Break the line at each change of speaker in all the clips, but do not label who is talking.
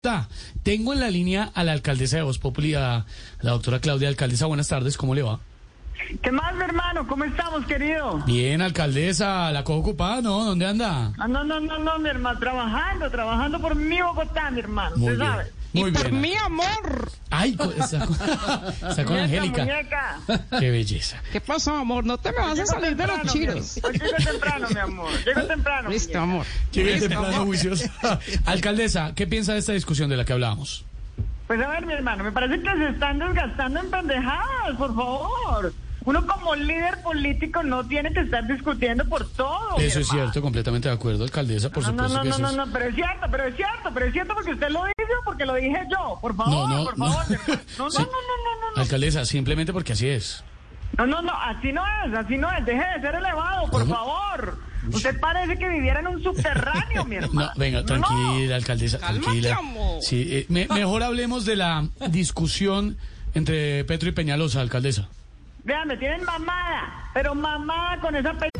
Ta, Tengo en la línea a la alcaldesa de Voz Populi, a la doctora Claudia Alcaldesa. Buenas tardes, ¿cómo le va?
¿Qué más, mi hermano? ¿Cómo estamos, querido?
Bien, alcaldesa, la cojo ocupada, ¿no? ¿Dónde anda?
Ah, no, no, no, no, mi hermano. Trabajando, trabajando por mi Bogotá, mi hermano.
Muy
Usted
bien.
sabe.
Muy
y por
bien.
mi amor.
Ay, co- está con, está con
Muñeca,
Angélica.
muñeca.
Qué belleza.
¿Qué pasó, amor? No te me vas a salir de los
Temprano,
chiros.
mi- Llego temprano, mi amor. Llego temprano.
Listo,
muñeca.
amor.
Qué bien temprano, juiciosa. Alcaldesa, ¿qué piensa de esta discusión de la que hablábamos?
Pues a ver, mi hermano, me parece que se están desgastando en pendejadas, por favor. Uno como líder político no tiene que estar discutiendo por todo. mi
Eso es
hermano.
cierto, completamente de acuerdo, alcaldesa, por
No, no,
supuesto
no,
que
no,
eso
no,
es.
no, pero es cierto, pero es cierto, pero es cierto porque usted lo dice o porque lo dije yo. Por favor,
No, no,
por
no.
favor. mi hermano. No, no,
Sí.
no, no, no, no.
Alcaldesa, simplemente porque así es.
No, no, no, así no es, así no es. Deje de ser elevado, por
¿Cómo?
favor. Usted parece que viviera en un subterráneo, mi hermano.
No, venga,
No.
tranquila, alcaldesa,
Cálmate,
tranquila.
amor.
Sí, eh, me- mejor hablemos de la discusión entre Petro y Peñalosa, alcaldesa.
Vean, me tienen mamada, pero mamada con esa pe...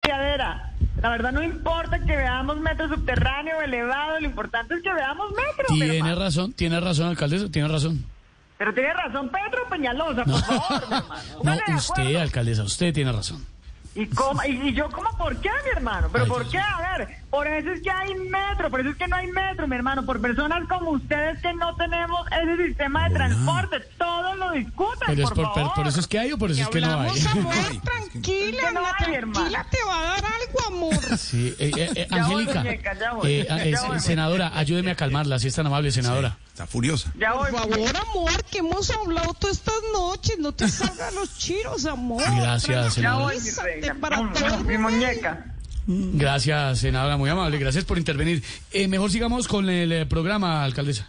piadera. La verdad no importa que veamos metro subterráneo, elevado, lo importante es que veamos metro, mi
Tiene
hermano.
razón, tiene razón, alcaldesa, tiene razón.
Pero tiene razón Pedro Peñalosa, por favor, mi hermano.
No,
Póngale de
usted,
acuerdo.
alcaldesa, usted tiene razón.
¿Y, cómo- y, y yo como por qué, mi hermano? ¿Pero
Ay,
por
Dios
qué? A ver, por eso es que hay metro, por eso es que no hay metro, mi hermano. Por personas como ustedes que no tenemos ese sistema de transporte. Todos lo discuten,
Pero es
por,
por,
favor.
por- por eso es que hay o por eso es que no hay.
Hablamos, amor,
Es que
tranquila,
no
Ana,
hay, hermano.
tranquila, te va a dar algo, amor.
Sí, eh, eh, eh,
Ya voy,
Angélica,
muñeca, ya voy,
eh,
ya
eh,
voy.
senadora, ayúdeme a calmarla, si es tan amable, senadora.
Está furiosa.
Ya voy,
Por favor, amor, que hemos hablado todas estas noches, no te salgan a los chiros, amor.
Gracias,
ya voy,
senadora.
mi
Tranquilízate
reina.
para
Mm,
todo,
Mi
güey.
muñeca.
Gracias, senadora, muy amable, gracias por intervenir. Eh, mejor sigamos con el eh, programa, alcaldesa.